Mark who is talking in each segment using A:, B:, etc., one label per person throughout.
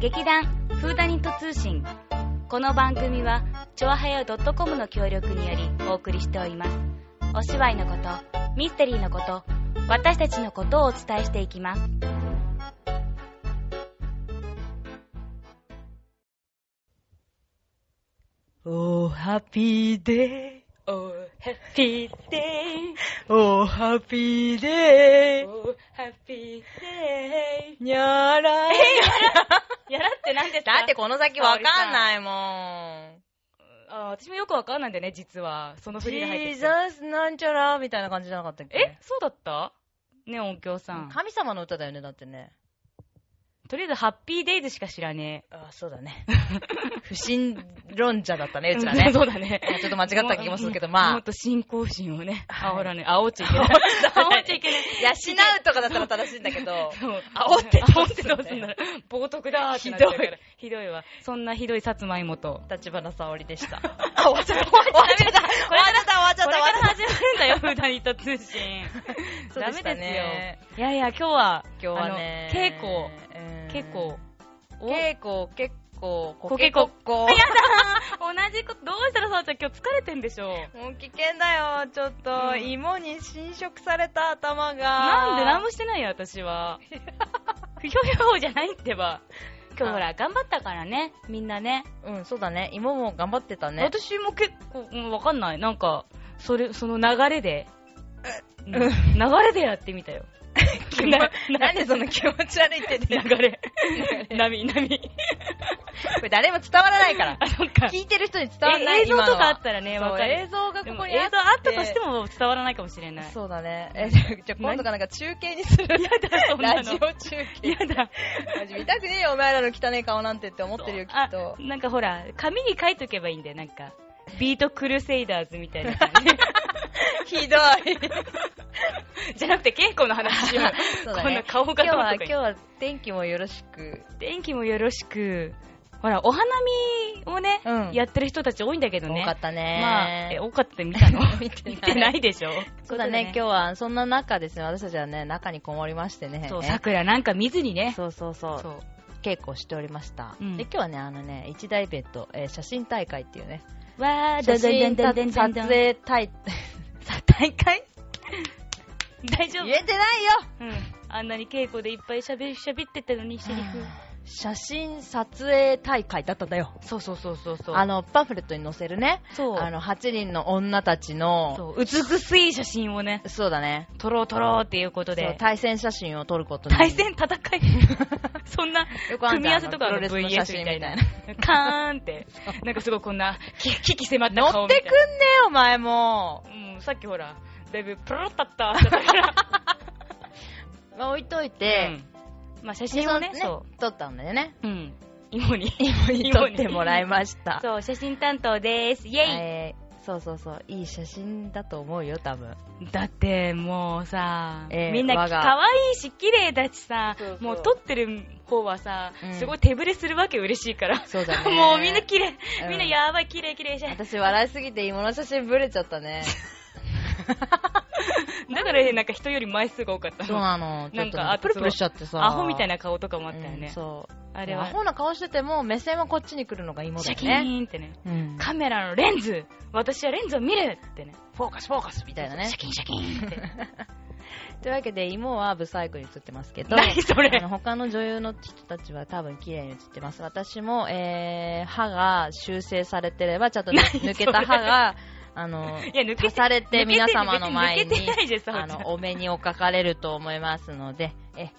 A: 劇団フーダニット通信この番組はチョアヘヨ .com の協力によりお送りしておりますお芝居のことミステリーのこと私たちのことをお伝えしていきます
B: おハピーデ
A: おハッピーデ
B: ー、おハピーデー、
A: おハッピーデ
B: にゃーらー。
A: ーやらって何ですか
C: だってこの先わかんないもん。
A: あ私もよくわかんないんだよね実はその
C: ジ
A: 振りが入って
C: ー
A: きて
C: ザスなんちゃらみたいな感じじゃなかったっけ
A: えそうだったね音響さん
C: 神様の歌だよね、だってね。
A: とりあえずハッピーデイズしか知らね
C: あ、そうだ ね。不審論者だったね、
A: え。
C: うちらね
A: そうだ ね
C: ちょっと間違った気もするけど、
A: も
C: ま
A: っ
C: あ。
A: と信仰心をね、
C: はい
A: 煽らね、煽っちゃいけない。煽っちゃいけない。
C: 養うとかだったら正しいんだけど。
A: そう
C: 煽って
A: 煽
C: ど
A: っ
C: う
A: て
C: す
A: どう
C: る
A: んす
C: だ
A: ん
C: よ
A: だろ う冒涜だーってなっちゃうから
C: ひどい
A: ひどいわ。そんなひどいさつまいもと。
C: 立花沙織でした。 あ、終わっ ちゃった。終わっちゃった。終わっちゃった。終わっち
A: こ
C: ゃっ
A: れか
C: た。終わっちゃ
A: ら始まるんだよ、普段にと通信。
C: そう
A: ダメ
C: でし
A: で
C: た
A: す
C: ね
A: よ。いやいや、今日は、
C: 今日はね。
A: あの、稽古、稽古
C: うん。
A: を
C: 稽古、結構、
A: コ
C: コ
A: ケ
C: ケ
A: コ
C: コ
A: ッ
C: ッ
A: あやだー同じこと、どうしたらさおちゃん今日疲れてんでしょ
C: もう危険だよ、ちょっと、
A: うん
C: 芋に侵食された頭が。
A: なんで何もしてないよ、私は。不評評じゃないってば。今日ほら、頑張ったからね、みんなね。
C: うん、そうだね、芋も頑張ってたね。
A: 私も結構、うんわかんない。なんか、それ、その流れで、うん流れでやってみた よ。 な
C: なんでその気持ち悪いって
A: 流
C: ね、
A: れ。波、波。
C: これ 誰も伝わらない から。
A: あ、そっか。
C: 聞いてる人に伝わらない。
A: え映像と
C: 今の
A: か
C: は
A: あったらね、わ
C: そう
A: かる
C: 映。像が
A: で
C: こ
A: も
C: こ
A: 映
C: に
A: 像
C: あ
A: あ
C: っ。
A: ってたとしても伝わらないかもしれない。
C: そうだね。え、じゃあじゃあ今度からなんか中継にする。
A: やだ、そんな
C: ラジオ
A: の。
C: 中継。
A: やだ。
C: マジ見たくねえよ、お前らの汚い顔なんてって思ってるよ、きっと
A: あ。なんかほら、紙に書いとけばいいんだよ、なんか。ビートクルセイダーズみ たいな感
C: ひど い。
A: じ。じゃなくて、稽古の話は、
C: そうだ
A: こんな
C: ね。
A: 顔が
C: 今日
A: どう
C: は、
A: と
C: 今
A: か
C: 日
A: 言って
C: は天気もよろしく。
A: 天気もよろしく、ほら、お花見をね、
C: うん
A: やってる人たち多いんだけどね。
C: 多かったね。
A: まあ、え多かったって見たの
C: 見てない
A: 見てないでしょ
C: そうだね、今日はそんな中ですね、私たちはね、中にこもりましてね。
A: そう、
C: ね
A: 桜なんか見ずにね。
C: そうそうそう
A: そう
C: 稽古をしておりました。
A: うん
C: で、今日はね、あのね、一大イベント、えー写真大会っていうね、
A: わー、
C: 写
A: どん
C: 真
A: ど
C: 撮
A: んどん
C: 影
A: どんどんどん
C: 大、
A: 大会大丈
C: 言
A: 夫
C: えてないよ
A: うん。あんなに稽古でいっぱい喋喋ってたのに、セリフ。
C: 写真撮影大会だったんだよ。
A: そうそうそうそうそう。
C: あの、パンフレットに載せるね、
A: そう。
C: あの、8人の女たちの、
A: そう、美しい写真をね、
C: そうだね、
A: 撮ろう撮ろうっていうこと
C: そう
A: で、
C: 対戦写真を撮ることに。
A: 対戦戦い そんな
C: よくあんた
A: 組み合わせとか
C: あの
A: の
C: プロレスの
A: VS
C: 写
A: み
C: 真
A: た
C: み
A: い
C: た
A: な
C: いな。
A: カーンって、なんかすごいこんな、き きき迫った
C: 乗
A: 顔
C: っ
A: みた
C: て
A: い
C: くん
A: な
C: ね。お前もう。
A: うん、さっきほら、だいぶプロッタッタだった から。
C: まあ、置いとい
A: う
C: て、
A: んまあ写真をね、
C: で
A: そ
C: の撮ったんだよね。
A: う。うん。芋に。
C: 撮ってもらいました。
A: そう、写真担当です。イェイ、
C: えーそうそうそう。いい写真だと思うよ、多分。
A: だって、もうさ、
C: えー
A: みんな
C: 我が
A: 可愛いし、綺麗だしさ
C: そうそう
A: もう撮ってる方はさ、
C: うん
A: すごい手ぶれするわけ嬉しいから。
C: そうだ ね。
A: もうみんな綺麗、
C: うん
A: みんなやばい、綺麗綺麗じゃん。だ
C: 私笑いすぎて芋の写真ブレちゃったね。
A: からねなんか人より枚数が多かったの。
C: そうなの。ち
A: な
C: ょ
A: ん
C: っ
A: か
C: とねプルプルしちゃってさ。
A: アホみたい
C: な
A: な顔とかもあったよね。
C: そう。
A: あれ
C: ア
A: は、
C: ホな顔してても目線はこっちに来るのが芋だ
A: シャ
C: よ
A: キー
C: ね。
A: ンってね。
C: うん。
A: カメラのレンズ私はレンズを見るってね。
C: フォーカスフォーカスみたいなね
A: シャ。キンシャキンって。
C: というわけで芋はブサイクに映ってますけど。
A: 何そ
C: あ
A: れ
C: の他の女優の人たちは多分綺麗に写ってます。私も、えー、歯が修正されてれば、ちゃんとね
A: 何それ
C: 抜けた歯が、あの、
A: いや、抜けて、
C: 足されて皆様の前
A: 抜けて
C: に
A: な、いじゃん、さ
C: あ
A: おちゃん
C: の、お目におかかれると思いますので、え、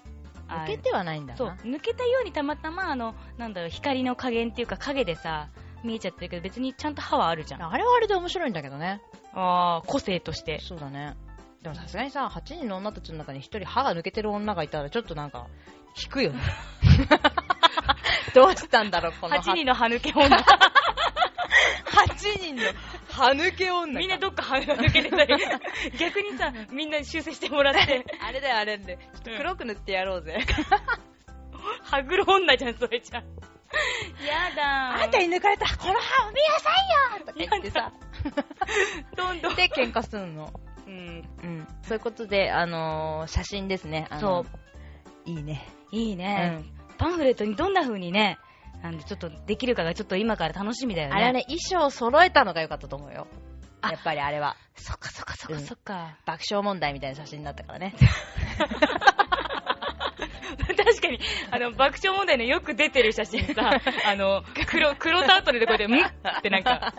A: あ
C: 抜けてはないんだ
A: そう
C: な。、
A: 抜けたようにたまたま、あの、なんだろう、光の加減っていうか影でさ、見えちゃってるけど、別にちゃんと歯はあるじゃん。あ
C: あれはあれで面白いんだけどね。
A: あー、個性として。
C: そうだね。でもさすがにさ、8人の女たちの中に1人歯が抜けてる女がいたら、ちょっとなんか、引くよ ね。どうしたんだろう、この
A: 8
C: 歯。
A: 人の歯抜け女。
C: 8人の歯抜け 女
A: みんなどっか歯が抜けてたり、 逆にさ、みんな修正してもら って、
C: あれだよ、あれで。ちょっと黒く塗ってやろうぜ。
A: 歯黒女じゃん、それじゃん。やだー。
C: あんたに抜かれたこの歯を見なさいよとか言ってさ。
A: どんどん。
C: で、喧嘩するの。
A: うん、
C: うん。そういうことで、あのー写真ですね。あ
A: そ
C: の
A: う。
C: いいね。
A: いいね。パンフレットにどんな風にね、なんでちょっとできるかがちょっと今から楽しみだよね。
C: あれはね、衣装揃えたのが良かったと思うよ。
A: あ
C: やっぱりあれは。
A: そっかそっかそっかそっか。
C: 爆笑問題みたいな写真だったか らね。
A: 確かに、あの、爆笑問題のよく出てる写真さ、 あの、黒、黒タートルでこうやって、んってなんか、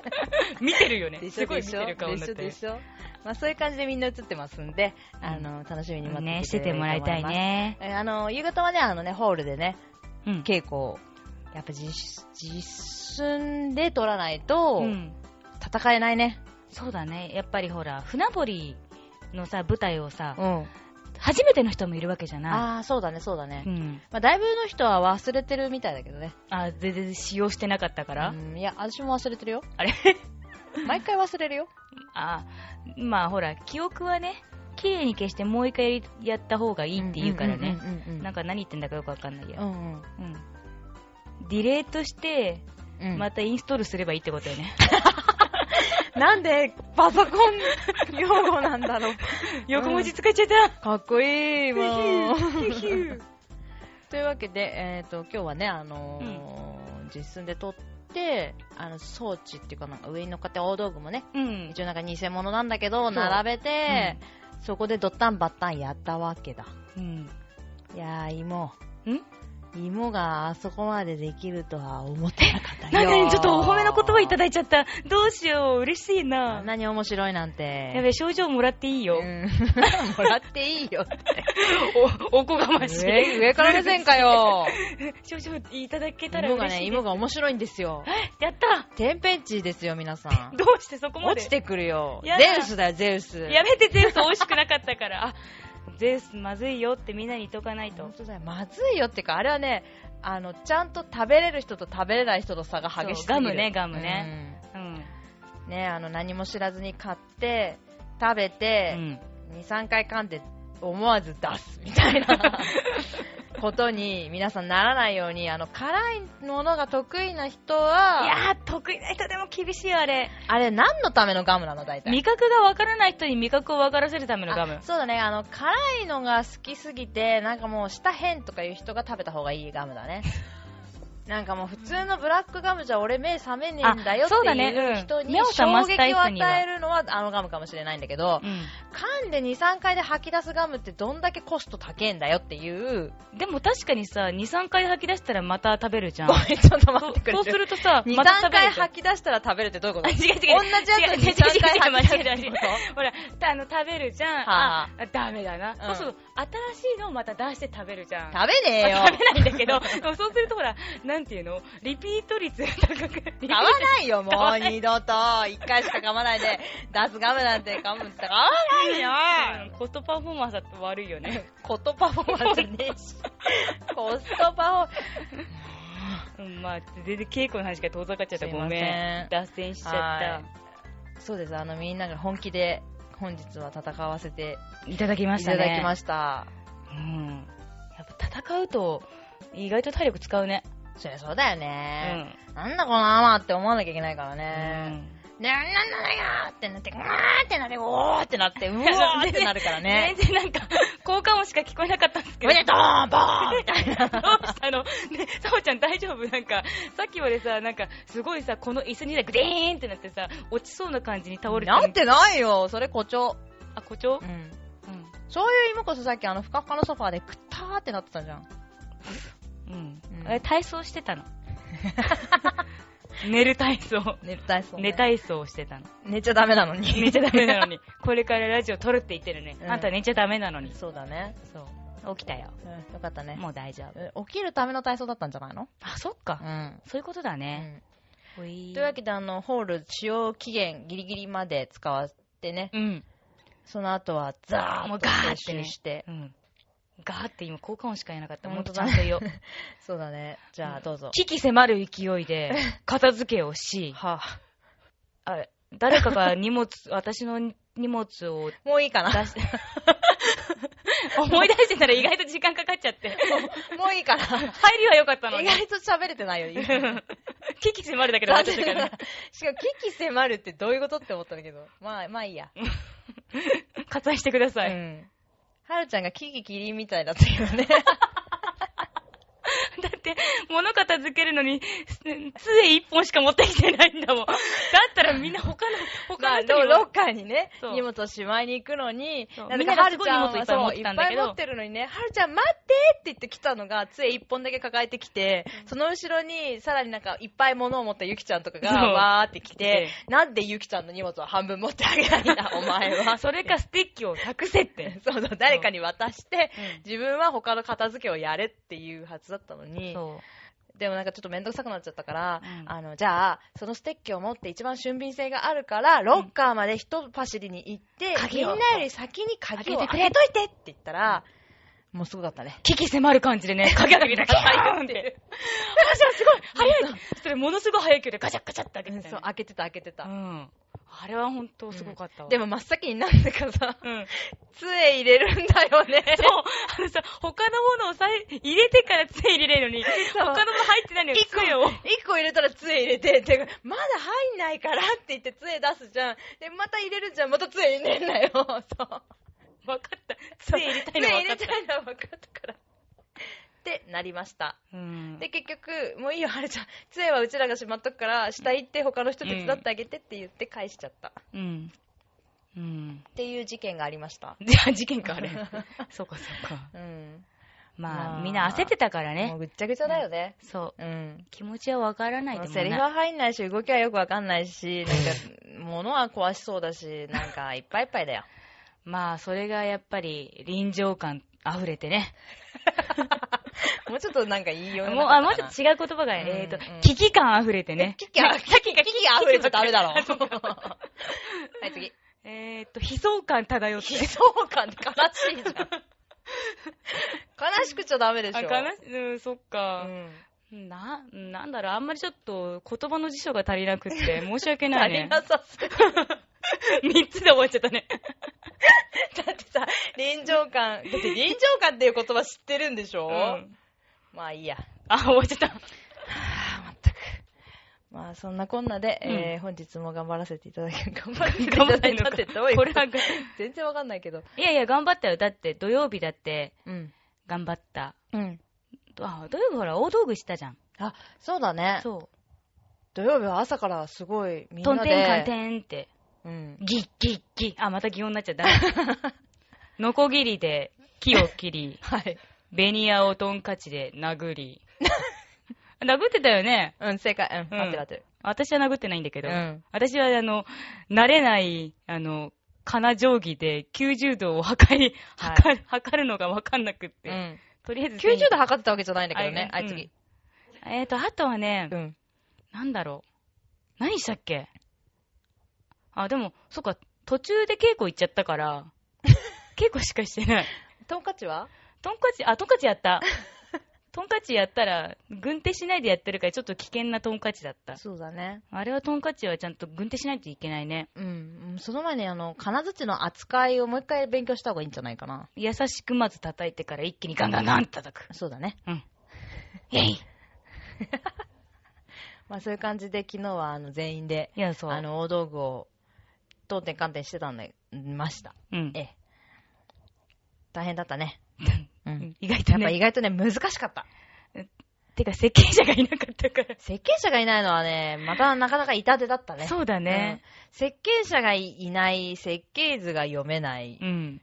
A: 見てるよね。すごい見てる顔になってる
C: で。しょでしょでしょまあそういう感じでみんな映ってますんで、あの、楽しみに待って
A: ね、してて
C: いただ
A: てもらいたい
C: と思ます。
A: ね。
C: えあの、夕方はね、あのね、ホールでね、
A: うん。
C: 稽古を、やっぱ実、実寸で撮らないと
A: う、ん
C: 戦えないね。
A: そうだね。やっぱりほら、船堀のさ、舞台をさ、
C: ん。
A: 初めての人もいるわけじゃな
C: ああ、そうだね、そうだ
A: い。
C: ね
A: う。ん。
C: まあ、だいぶの人は忘れてるみたいだけどね。
A: あ、全然使用してなかったから。
C: うんいや、私も忘れ てるよ。
A: あれ
C: 毎回忘れるよ。
A: あ、まあほら、記憶はね、綺麗に消してもう一回やった方がいいって言うからね。
C: うんうんうんうん。
A: なんか何言ってんだかよくわかんないや。
C: うん
A: うん。ディレートして、
C: うんうん
A: またインストールすればいいってことよね。
C: なんでパソコン用語なんだろう。
A: 横文字使っちゃった
C: かっこい
A: ヒ
C: い、も
A: ュ
C: う。
A: ーヒュー
C: というわけで、えっ、と、今日はね、あのー実寸で撮って、あの、装置っていうかなんか上に乗っかって大道具もね、
A: うん。
C: 一応なんか偽物なんだけど、並べて、そこでドッタンバッタンやったわけだ。
A: うん。
C: いやー、芋。
A: ん
C: 芋があそこまでできるとは思ってなか った
A: なん
C: よ。
A: かね、ちょっとお褒めの言葉いただ
C: い
A: いちゃった。どうしよう、嬉しい
C: あ。
A: なん
C: なに面白いなんて。
A: やべ、症状もらっていいよ
C: う。ん もらっていいよって。
A: お、おこがましい。
C: 上上から目線かよ。
A: 症状いただけたら
C: 芋が
A: 嬉しい
C: ね、
A: です。
C: 芋が面白いんで すよ。
A: やった
C: 天変地異ですよ、皆さん。
A: どうしてそこま
C: 落
A: で
C: ちてくるよ。ゼ
A: やだ
C: ウスだよ、ゼウス。
A: やめて、ゼウス美味しくなかったから。 あ、ゼウスまずいよってみんなに言っとかないと
C: 本。当だよ。まずいよってか、あれはね、あの、ちゃんと食べれる人と食べれない人の差が激しすぎる。
A: そうガムねガムねうん。
C: うん。ね、あの、何も知らずに買って、食べ
A: う
C: て、
A: ん。
C: 2、3回噛んで思わず出すみた いなことに皆さんならないように、あの、辛いものが得意な
A: い
C: 人は、
A: やー、得意な人でも厳しいよあれ。
C: あれ何のためのガムなの大体。
A: 味覚がわからない人に味覚をわからせるためのガム
C: あ。そうだね、あの、辛いのが好きすぎて、なんかもう舌変とかいう人が食べた方がいいガム だね。なんかもう普通のブラックガムじゃ俺目覚めねえんだよって
A: あそうだねう
C: いうん人に
A: 目を覚
C: 衝
A: ましたい
C: 撃を
A: 人には
C: 与えるのはあのガムかもしれないんだけど、
A: う
C: 噛んで2、3回で吐き出すガムってどんだけコスト高えんだよっていう、
A: ん。でも確かにさ、2、3回吐き出したらまた食べるじゃん
C: ご。めん、ちょっと 待
A: そ
C: ってくれ。
A: うするとさ、
C: 2、
A: また
C: 3
A: 食べる
C: 回
A: じゃん
C: 吐き出したら食べるってどういうこ と
A: あ違う違う違う。
C: 同じやつ
A: 違
C: に
A: う
C: 2、3回
A: 違う違う違う
C: 吐き出
A: 間違
C: す
A: え
C: っ
A: る
C: てこ
A: 間違える ほら、あの、食べるじゃん。
C: はあ
A: あ、ダメだな。
C: うん
A: そうそう。新しいのをまた出して食べるじゃん。
C: と食べねえよ。
A: まあ食べないんだけど、でもそうするとほら、なんていうのリピート率高く。
C: 噛まな いよ、もう二度と。一回しか噛まないで、出すガムなんて噛むって噛まないよ。
A: うんコストパフォーマンスだと悪いよ ね。
C: コトパフォーマンスねえし。コストパ
A: うん、まあ、全然稽古の話が遠ざかっちゃった。
C: すいま
A: ご
C: せん
A: めん。脱線し
C: フォー
A: ちゃ
C: マ
A: っ
C: ンス。そうです、あの、みんなが本気で、本日は戦わせて
A: た。いただきま
C: いただきま
A: し
C: した。
A: た。うん。やっぱ戦うと、意外と体力使うね。
C: そりゃそうだよ
A: う
C: ね。
A: ん。
C: なんだこのアマって思わなきゃいけないから
A: う
C: ね。
A: ん
C: ね、なんなのよってなって、うわーって なって、おーってなって、うわーってなるからね。
A: 全然なんか、 効果音しか聞こえなかったんですけ
C: お
A: ど。
C: めでとうボーンみたいな。
A: どうしたのね、サボちゃん大丈夫なんか、さっきまでさ、なんか、すごいさ、この椅子にね、グデーンってなってさ、落ちそうな感じに倒れてる
C: なってないよ。それ誇張。
A: あ、誇張
C: うん。
A: うん。
C: そういう芋こそさっきあのふかふかのソファーでくたーってなってたじゃん。
A: うん
C: うん
A: あれ体操してたの。 寝る体操。
C: 寝たいそう、
A: 寝体操をしてたの。
C: 寝ちゃダメなのに。
A: 寝ちゃダメなのに。 これからラジオ撮るって言ってるね。
C: うん
A: あんた寝ちゃダメなのに。
C: そうだね。
A: そう。起きたよ。
C: うん、よかったね。
A: もう大丈夫。
C: え起きるための体操だったんじゃないの
A: あ、そっか。
C: ん。
A: そういうことだ
C: う
A: ね。
C: ん
A: ほい
C: というわけで、あの、ホール使用期限ギリギリまで使わせてね、
A: うん。
C: その後はザー
A: も
C: ッ
A: う
C: と
A: ガーってね
C: 練習して。
A: うん。ガーって今、効果音しか言えなかった。もっ
C: 本当
A: とち
C: だ
A: ゃんと言おう。
C: そうだね。じゃあ、どうぞ。
A: 危機迫る勢い で、片付けをし、
C: はあ、
A: あ誰かが荷物、私の荷物を
C: もういいかな。
A: 出して、思い出してたら意外と時間かかっちゃ って、
C: もうい いかな。
A: 入りは良かったの
C: 意
A: に。
C: 外と喋れてないよ、今
A: 危機迫るだけで終わ
C: だ
A: っ
C: って
A: ちゃったからね。
C: しかも、危機迫るってどういうことって思ったんだけど。まあ、まあいいや。
A: 割愛してください。
C: うん。はるちゃんがキキキリンみたいだったけどね。
A: だってって、物片付けるのに、す杖一本しか持ってきてないんだもん。だったらみんな他の、
C: ま
A: 他
C: あ、
A: の人にも、
C: ロロッカーにね
A: そう、
C: 荷物をしまいに行くのに
A: そう、
C: なん
A: みんなが
C: かは
A: す
C: る
A: ご
C: ち
A: い
C: ゃ
A: 荷
C: ん
A: 物いっぱい持ってたん
C: は、いっ
A: だ
C: ぱ
A: け
C: い
A: ど
C: 持ってるのにね、はるちゃん待ってって言ってきたのが、杖一本だけ抱えてきて、その後ろに、さらになんかいっぱい物を持ったゆきちゃんとかが、
A: そう
C: わーって来て、なんでゆきちゃんの荷物を半分持ってあげないんだ、お前は。
A: それかステッキを託せって。
C: そうそう、誰かに渡して
A: うん、
C: 自分は他の片付けをやれっていうはずだったのに、
A: そ
C: でもなんかちょっとめんどくさくなっちゃったから、
A: うん
C: あの、じゃあ、そのステッキを持って一番俊敏性があるから、ロッカーまで一走りに行って、
A: 鍵を
C: みんなより先に鍵を
A: 開けてく
C: 開
A: れ
C: けといてって言ったら、もうすごかったね。
A: う。危機迫る感じで ね、かけてみたら、ガチャンって。私はすごい早いそれものすごい早い距離でガチャガチャって開け
C: うん
A: てた
C: そう、
A: よね
C: 開けてた開けてた。
A: うん。あれは本当すごかったわ。
C: でも真っ先になんだかさ、
A: うん、
C: 杖入れるんだよ ね。
A: そう、あのさ、他のものをさ入れてから杖入れれるのに、
C: そう
A: 他のもの入ってないのに
C: 一個
A: 杖を。
C: 一個入れたら杖入れて、てかまだ入んないからって言って杖出すじゃん。で、また入れるじゃん。また杖入れんなよ。 そう。
A: 分かった。杖入れたいの
C: 杖
A: 分
C: 入
A: かっ
C: れ
A: た
C: た。いのは分かったから。ってなりました。
A: うん
C: で、結局、もういいよ、はるちゃん。杖はうちらがしまっとくから、下行って他の人手伝ってあげてって言って返しちゃった。っ
A: うん。うん。
C: ていう事件がありました。
A: じゃあ事件か、あれ。 そうか、そうか。
C: うん。
A: まあ、
C: まあ
A: みんな焦ってたから
C: もう
A: ね。
C: ぐっちゃぐちゃだよね。
A: そう。
C: うん。
A: 気持ちはわからないでも
C: セリフ
A: な。
C: はい入んないし、動きはよくわかんないし、なんか、 物は壊しそうだし、なんか、いっぱいいっぱいだよ。
A: まあ、それがやっぱり臨場感溢れてね。
C: もうちょっとなんか言いよう
A: もう、あ、もうちょっと違う言葉が、
C: うん
A: えーと
C: うん、
A: 危機感溢れてね。
C: キキキキキキキ溢れちゃダメだろ。 はい、次。
A: えーと、悲壮感漂って。
C: 悲壮感って悲しいじゃん。悲しくちゃダメでしょ。
A: あ、悲しうん、そっ
C: う
A: か。
C: ん。
A: な、なんだろう、あんまりちょっと言葉の辞書が足りなくって、申し訳な
C: 足
A: い ね
C: り。なさすぎ
A: 3つで終わっちゃったね。
C: だってさ、臨場感、だって臨場感っていう言葉知ってるんでしょ、
A: うん
C: まあいいや。
A: あ、終わっちゃった。
C: まったく。まあそんなこんなで、
A: うん
C: えー本日も頑張らせていただき、頑張らせていた
A: 頑張って
C: だ
A: ん
C: い
A: の
C: た
A: か
C: ってどうい
A: こ
C: うこ
A: れ
C: と
A: は、い
C: 全然わかんないけど。
A: やいや、頑張ったよ。だって、土曜日だって、
C: うん。
A: 頑張った。
C: うん。
A: あ、土曜日ほら、大道具したじゃん。
C: あ、そうだね。
A: そ
C: 土曜日は朝からすごいみ
A: う。
C: ん
A: と
C: なんで。
A: てんかんてんって。
C: うん。
A: ギッギッギッ。あ、また擬音になっちゃった。 ノコギリで木を切り、
C: はい。
A: ベニヤをトンカチで殴 り。殴ってたよね。
C: うん、正解。うん。
A: うん
C: 合ってる合ってる。
A: 私は殴ってないんだけど。
C: うん
A: 私は、あの、慣れない、あの、金定規で90度を測り、
C: はい
A: 測る、測るのがわかんなくって。
C: うん。
A: とりあえず1000。
C: 90度測ってたわけじゃないんだけどね。
A: あ
C: は
A: うん
C: い、次。
A: えっ、と、あとはね、
C: うん。
A: なんだろう。何したっけあ、でも、そっか、途中で稽古行っちゃった から、稽古しかしてない。
C: トンカチは
A: トンカチ、あ、トンカチやった。トンカチやったら、軍手しないでやってるから、ちょっと危険なトンカチだった。
C: そうだね。
A: あれはトンカチはちゃんと軍手しないといけないね。
C: うん、その前にあの金槌の扱いをもう一回勉強した方がいいんじゃないかな。
A: 優しくまず叩いてから一気にガンガンガンって叩く。
C: そうだね。
A: うん。イェイい
C: まあそういう感じで昨日はあの全員で、
A: や、そう。
C: あの大道具を、当点観点してたんで、ました。
A: うん
C: え。え。大変だったね。う
A: うんん。意外
C: や
A: と
C: っぱ
A: ね。
C: 意外とね、難しかった。
A: てか、設計者がいなかったから。
C: 設計者がいないのはね、またなかなか痛手だったね。
A: そうだ
C: う
A: ね。
C: ん設計者がいない、設計図が読めない。
A: うん。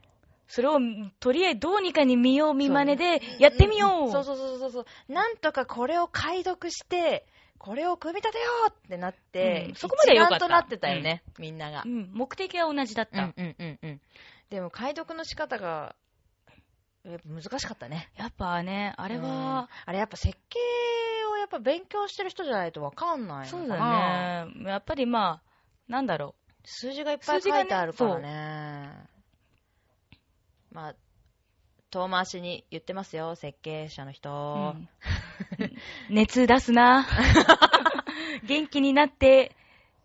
A: それを、とりあえずどうにかに見よう見まねで、やってみよう
C: そうそうそうそうそう。なんとかこれを解読して、これを組み立てようってなって、
A: うんそこまではよかった
C: 一丸となってたよね、みんなが
A: う。ん。目的は同じだっ
C: う
A: た。
C: んうんうんうん。でも解読の仕方が、やっぱ難しかったね。
A: やっぱね、あ
C: あ
A: れは、、
C: あれやっぱ設計をやっぱ勉強してる人じゃないとわかんないのかな
A: そうだね。やっぱりまあ、なんだろ
C: 数字がいっぱい書いてあるからね。まあ、遠回しに言ってますよ、設計者の人。
A: う。うん熱出す な。元気になって、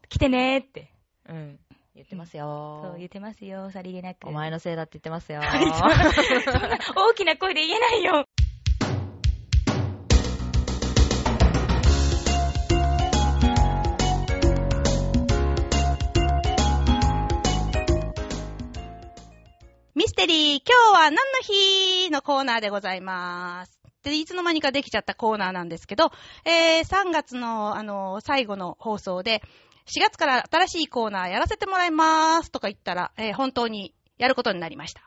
A: 来てねって。
C: うん。言ってますよ。
A: そう言ってますよ、さりげなく。
C: お前のせいだって言ってますよ。
A: 大きな声で言えないよ。
D: ミステリー、今日は何の日のコーナーでございます。で、いつの間にかできちゃったコーナーなんですけど、えー、3月の、あの、最後の放送で、4月から新しいコーナーやらせてもらいますとか言ったら、えー、本当にやることになりました。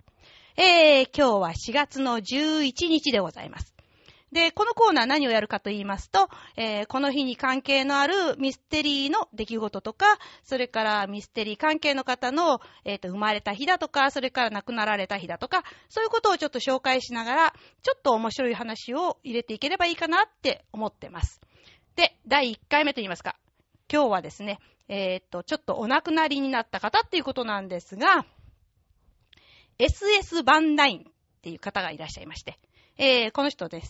D: えー、今日は4月の11日でございます。で、このコーナー何をやるかと言いますと、えーこの日に関係のあるミステリーの出来事とか、それからミステリー関係の方の、えっ、と、生まれた日だとか、それから亡くなられた日だとか、そういうことをちょっと紹介しながら、ちょっと面白い話を入れていければいいかなって思ってます。で、第1回目と言いますか、今日はですね、えっ、と、ちょっとお亡くなりになった方っていうことなんですが、SS バンダインっていう方がいらっしゃいまして、えーこの人ね、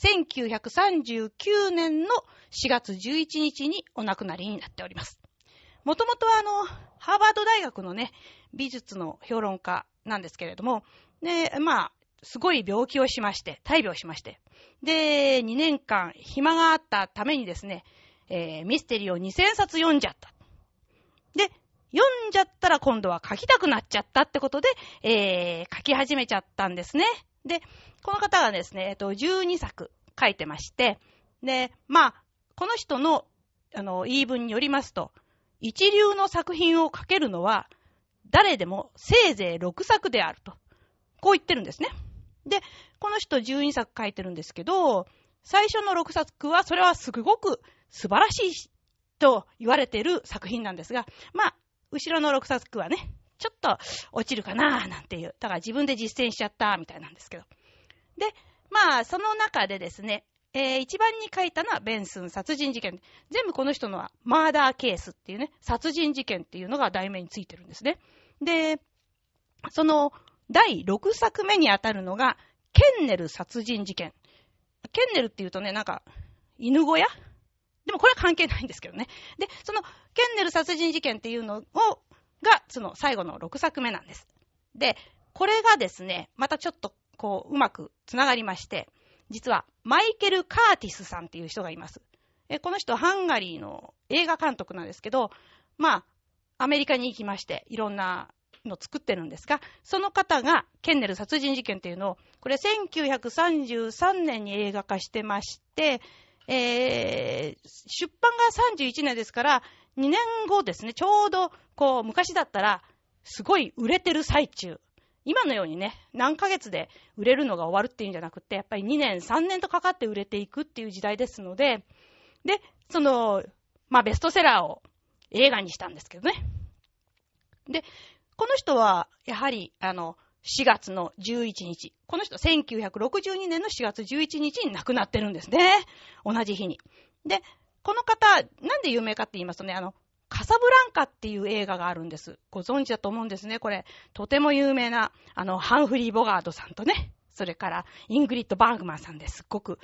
D: 1939年の4月11日にお亡くなりになっております。もともとはあの、ハーバード大学のね、美術の評論家なんですけれども、ね、まあ、すごい病気をしまして、大病しまして。で、2年間暇があったためにですね、えーミステリーを2000冊読んじゃった。で、読んじゃったら今度は書きたくなっちゃったってことで、えー書き始めちゃったんですね。で、この方がですね、えっと、12作書いてまして、で、まあ、この人の、あの、言い分によりますと、一流の作品を書けるのは、誰でもせいぜい6作であると。こう言ってるんですね。で、この人12作書いてるんですけど、最初の6作は、それはすごく素晴らしいと言われている作品なんですが、まあ、後ろの6作はね、ちょっと落ちるかなーなんていう。だから自分で実践しちゃったみたいなんですけど。で、まあ、その中でですね、えー一番に書いたのはベンスン殺人事件。全部この人のはマーダーケースっていうね、殺人事件っていうのが題名についてるんですね。で、その第6作目にあたるのが、ケンネル殺人事件。ケンネルっていうとね、なんか、犬小屋でもこれは関係ないんですけどね。で、その、ケンネル殺人事件っていうのを、が、その最後の6作目なんです。で、これがですね、またちょっと、こう、うまくつながりまして、実は、マイケル・カーティスさんっていう人がいます。えこの人、ハンガリーの映画監督なんですけど、まあ、アメリカに行きまして、いろんなの作ってるんですが、その方が、ケンネル殺人事件っていうのを、これ1933年に映画化してまして、えー出版が31年ですから、2年後ですね、ちょうど、こう、昔だったら、すごい売れてる最中。今のようにね、何ヶ月で売れるのが終わるっていうんじゃなくて、やっぱり2年、3年とかかって売れていくっていう時代ですので、で、その、まあ、ベストセラーを映画にしたんですけどね。で、この人は、やはり、あの、4月の11日。この人、1962年の4月11日に亡くなってるんですね。同じ日に。で、この方、なんで有名かって言いますとね、あの、カサブランカっていう映画があるんです。ご存知だと思うんですね、これ。とても有名な、あの、ハンフリー・ボガードさんとね、それから、イングリッド・バーグマンさんですっごく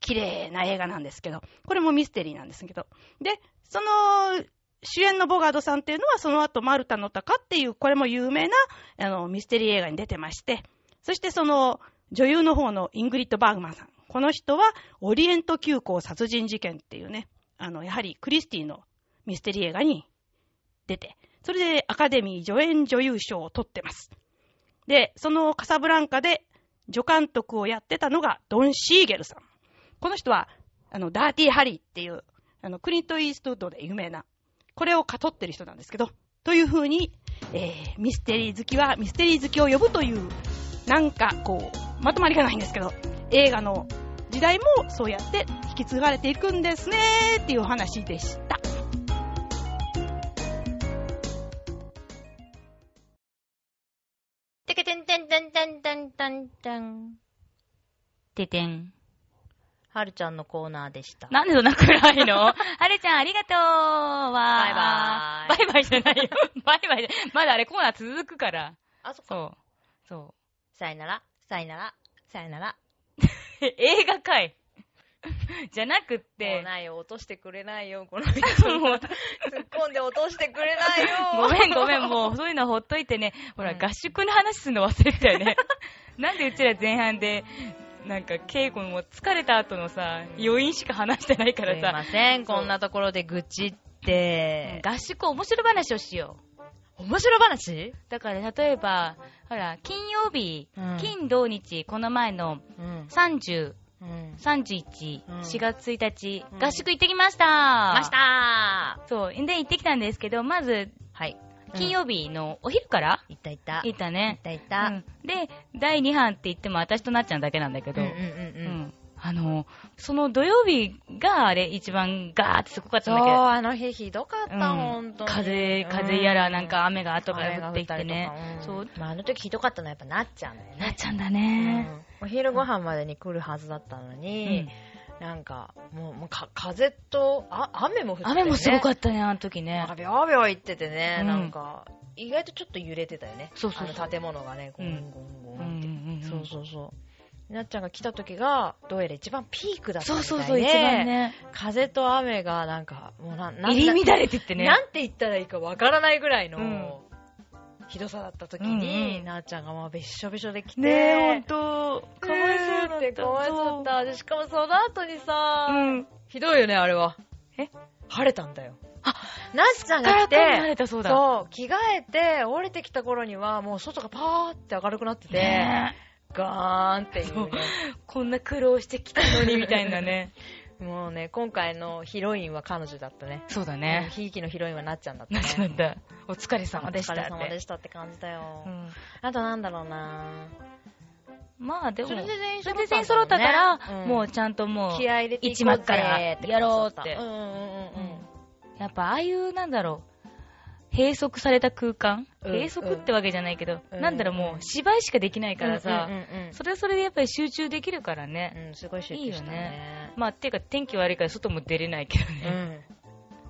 D: 綺麗な映画なんですけど、これもミステリーなんですけど。で、その、主演のボガードさんっていうのは、その後、マルタの鷹っていう、これも有名な、あの、ミステリー映画に出てまして、そしてその、女優の方のイングリッド・バーグマンさん。この人は、オリエント急行殺人事件っていうね、あの、やはりクリスティのミステリー映画に出て、それでアカデミー助演女優賞を取ってます。で、そのカサブランカで助監督をやってたのがドン・シーゲルさん。この人は、あの、ダーティー・ハリーっていう、あの、クリント・イーストウッドで有名な、これをかとってる人なんですけど、という風に、えー、ミステリー好きはミステリー好きを呼ぶという、なんかこう、まとまりがないんですけど、映画の時代もそうやって引き継がれていくんですねーっていうお話でした。
C: てけてんてんてんてんてんてんてん。
A: ててん。
C: はるちゃんのコーナーでした。
A: なんでそんな暗 いのはるちゃんありがとうわ
C: バ
A: バ
C: イバーイ
A: イバイじゃない よ。バイバイじゃ、まだあれコーナー続くから。
C: あ、そっか。
A: そう。そ
C: さよなら、さよなら、さよなら。
A: う。 映画界じゃなくっ
C: もう
A: て、
C: ないよ、落としてくれないよ、この人。
A: もう
C: 突っ込んで落としてくれないよ。
A: ごめんごめん、もうそういうのほっといてね。ほら、
C: うん
A: 合宿の話するの忘れてたよね。 なんでうちら前半で、なんか稽古も疲れた後のさ、余韻しか話してないから
C: すいま
A: さ、
C: せん、こんなところで愚痴って。
A: 合宿面白話をしよう。
C: 面白話
A: だから例えば、ほら、金曜日、
C: うん
A: 金土日、この前の
C: うん。
A: 30
C: うん。
A: 31、
C: うん
A: 4月1日、
C: うん
A: 合宿行ってきました。
C: ましたー
A: そう。で、行ってきたんですけど、まず、
C: はい。
A: 金曜日のお昼から
C: いったいった。
A: 行った
C: いっ
A: ね。
C: たいった。
A: うんで、第2班って言っても私となっちゃんだけなんだけど、
C: うんうん
A: う
C: うんうん。
A: んあの、その土曜日があれ、一番ガーってすごかった
C: そ
A: ん
C: う、
A: だけど。
C: あの日ひどかった、
A: うん
C: ほんとに。
A: 風、風やら、なんか雨が後から降っていってね。
C: そ
A: そうう。。
C: まあ、あの時ひどかったのはやっぱなっちゃうんだよ
A: なっ
C: ね。
A: ちゃんだね。
C: うんお昼ご飯までに来るはずだったのに、なんか、もう、もうか風と、あ、雨も降っ
A: う
C: て
A: ん
C: たよね。
A: 雨もすごか
C: っ
A: ったね、あの時ね
C: なんか。ビョービョー言っててね、
A: うん
C: なんか、意外とちょっと揺れてたよね。
A: そうそうそう
C: あの建物がね、ゴンゴンゴ
A: うんう
C: ンって。
A: んうん
C: そうそうそう。なっちゃんが来た時が、どうやら一番ピークだった
A: そう
C: みた
A: そうそう、
C: いで。
A: 一番ね。
C: 風と雨がなんか、もうな、なん
A: 入り乱れてってね。
C: なんて言ったらいいかわからないぐらいの、
A: うん
C: ひどさだった時に、
A: うんうん
C: なーちゃんがまあべっしょべしょできて、
A: ねえ、ほんと。
C: かわいそうだった。かわいそうだった。で、しかもその後にさ、
A: うん。
C: ひどいよね、あれは。
A: え
C: 晴れたんだよ。あ、なっちゃんが来
A: かられ
C: て、
A: たそうだ。
C: そう、着替えて、降りてきた頃には、もう外がパーって明るくなってて、
A: ね
C: ガーンっていうね、
A: えこんな苦労してきたのに、みたいなね。
C: もうね、今回のヒロインは彼女だったね。
A: そうだ
C: うん
A: ね。
C: ひいきのヒロインはなっちゃんだった
A: な
C: ね
A: ん。だなんだ。お疲れ様でしたって。
C: お疲れ様でしたって感じだよ。
A: うん
C: あとなんだろうな
A: まあでも、
C: それで全員
A: そ
C: 揃
A: れ
C: ったんだもんね
A: で全員揃ったから、
C: うん
A: もうちゃんともう、
C: 気合い入れていこ
A: 一
C: うぜ
A: 幕からやろうって
C: うんうんうんうん
A: やっぱああいう、なんだろう、閉塞された空間、
C: うん
A: 閉塞ってわけじゃないけど、
C: うん
A: なんだろう、もう芝居しかできないからさ、
C: うんうんうん
A: それはそれでやっぱり集中できるからね。
C: うん、すごい集中したね。
A: まあ、ていうか天気悪いから外も出れないけど
C: う
A: ね。
C: ん。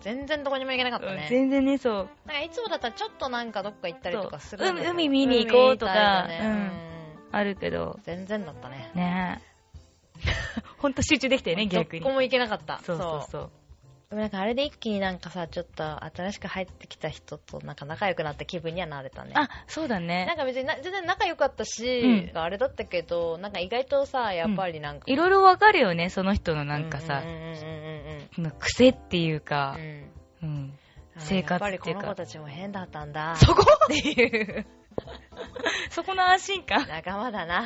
C: 全然どこにも行けなかった
A: うん
C: ね。
A: 全然ね、そう。
C: なんかいつもだったらちょっとなんかどっか行ったりとかするんだけ
A: そ
C: ど
A: う海見に行こうとか
C: 海行きたいよねうん
A: あるけど、
C: 全然だったね。
A: ね え。ほんと集中できたよね、
C: ど
A: 逆に
C: こ。も行けなかった。
A: そうそうそう。
C: でもなんかあれで一気になんかさ、ちょっと新しく入ってきた人となんか仲良くなった気分にはなれたね。
A: あ、そうだ
C: なん
A: ね。
C: か別にな全然仲良かったし、
A: うん
C: あれだったけど、なんか意外とさ、やっぱりなんか、
A: いろいろわかるよね、その人のなんかさ
C: うん、うんうん
A: まあ癖っていう
C: うん
A: か
C: うんう、ん
A: うん。
C: あー
A: 生活
C: やっぱり
A: って
C: こ
A: いう
C: の
A: か
C: 子たちも変だったんだ。
A: そこっていう。そこの安心感。
C: 仲間 だな。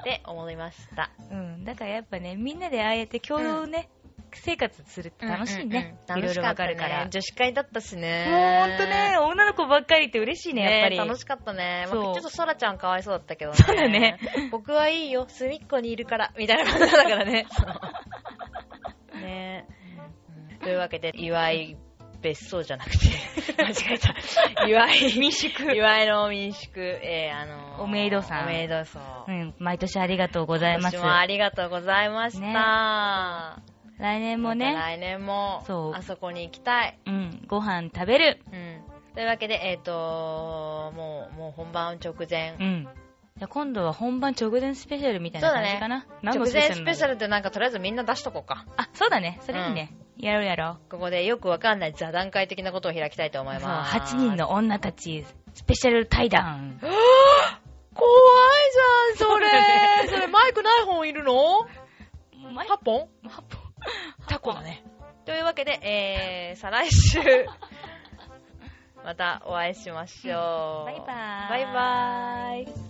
C: って思いました。
A: うん。だからやっぱね、みんなでああやって共同ね、生活するって楽しいね。
C: うんうんうん
A: いろいろわかるから。
C: 楽しったね女子会だったしね。
A: もうほんとね、女の子ばっかりって嬉しいね、やっぱり。
C: ね楽しかったね。まあ
A: そう
C: ちょっとソラちゃんかわいそうだったけどね。
A: そうだね。
C: 僕はいいよ、隅っこにいるから、みたいな感じだったか らね。ねえというわけで、祝い別荘じゃなく て、間違えた。祝い民宿。祝いの民宿、えー、あのー
A: おめいどさん
C: おめいどさん。
A: うん、毎年ありがとうございます。
C: 今年もあ
A: 来
C: りがとうございました。
A: ね年も
C: また
A: ね、
C: 来年も、
A: そう
C: あそこに行きたい。
A: うん、ご飯食べる。
C: うん。というわけで、えっ、ともう、もう本番直
A: う
C: 前。
A: ん。じゃあ今度は本番直前スペシャルみたいな感じかな。何の
C: 直前ス
A: なの
C: ペシャルってなんかとりあえずみんな出しとこうか。
A: あ、そうだね。それいいね。やろうやろう。
C: ここでよくわかんない座談会的なことを開きたいと思い
A: そう、
C: ます。
A: 8人。の女たち、スペシャル対談。
C: 怖いじゃん、
A: そ
C: それ
A: うだ ね
C: それマイクない本いるの ?8
A: マイ
C: 本
A: ハポ
C: タコだね。というわけで、えー、再 来週、またお会いしましょう。
A: バイバーイ
C: バイバーイ。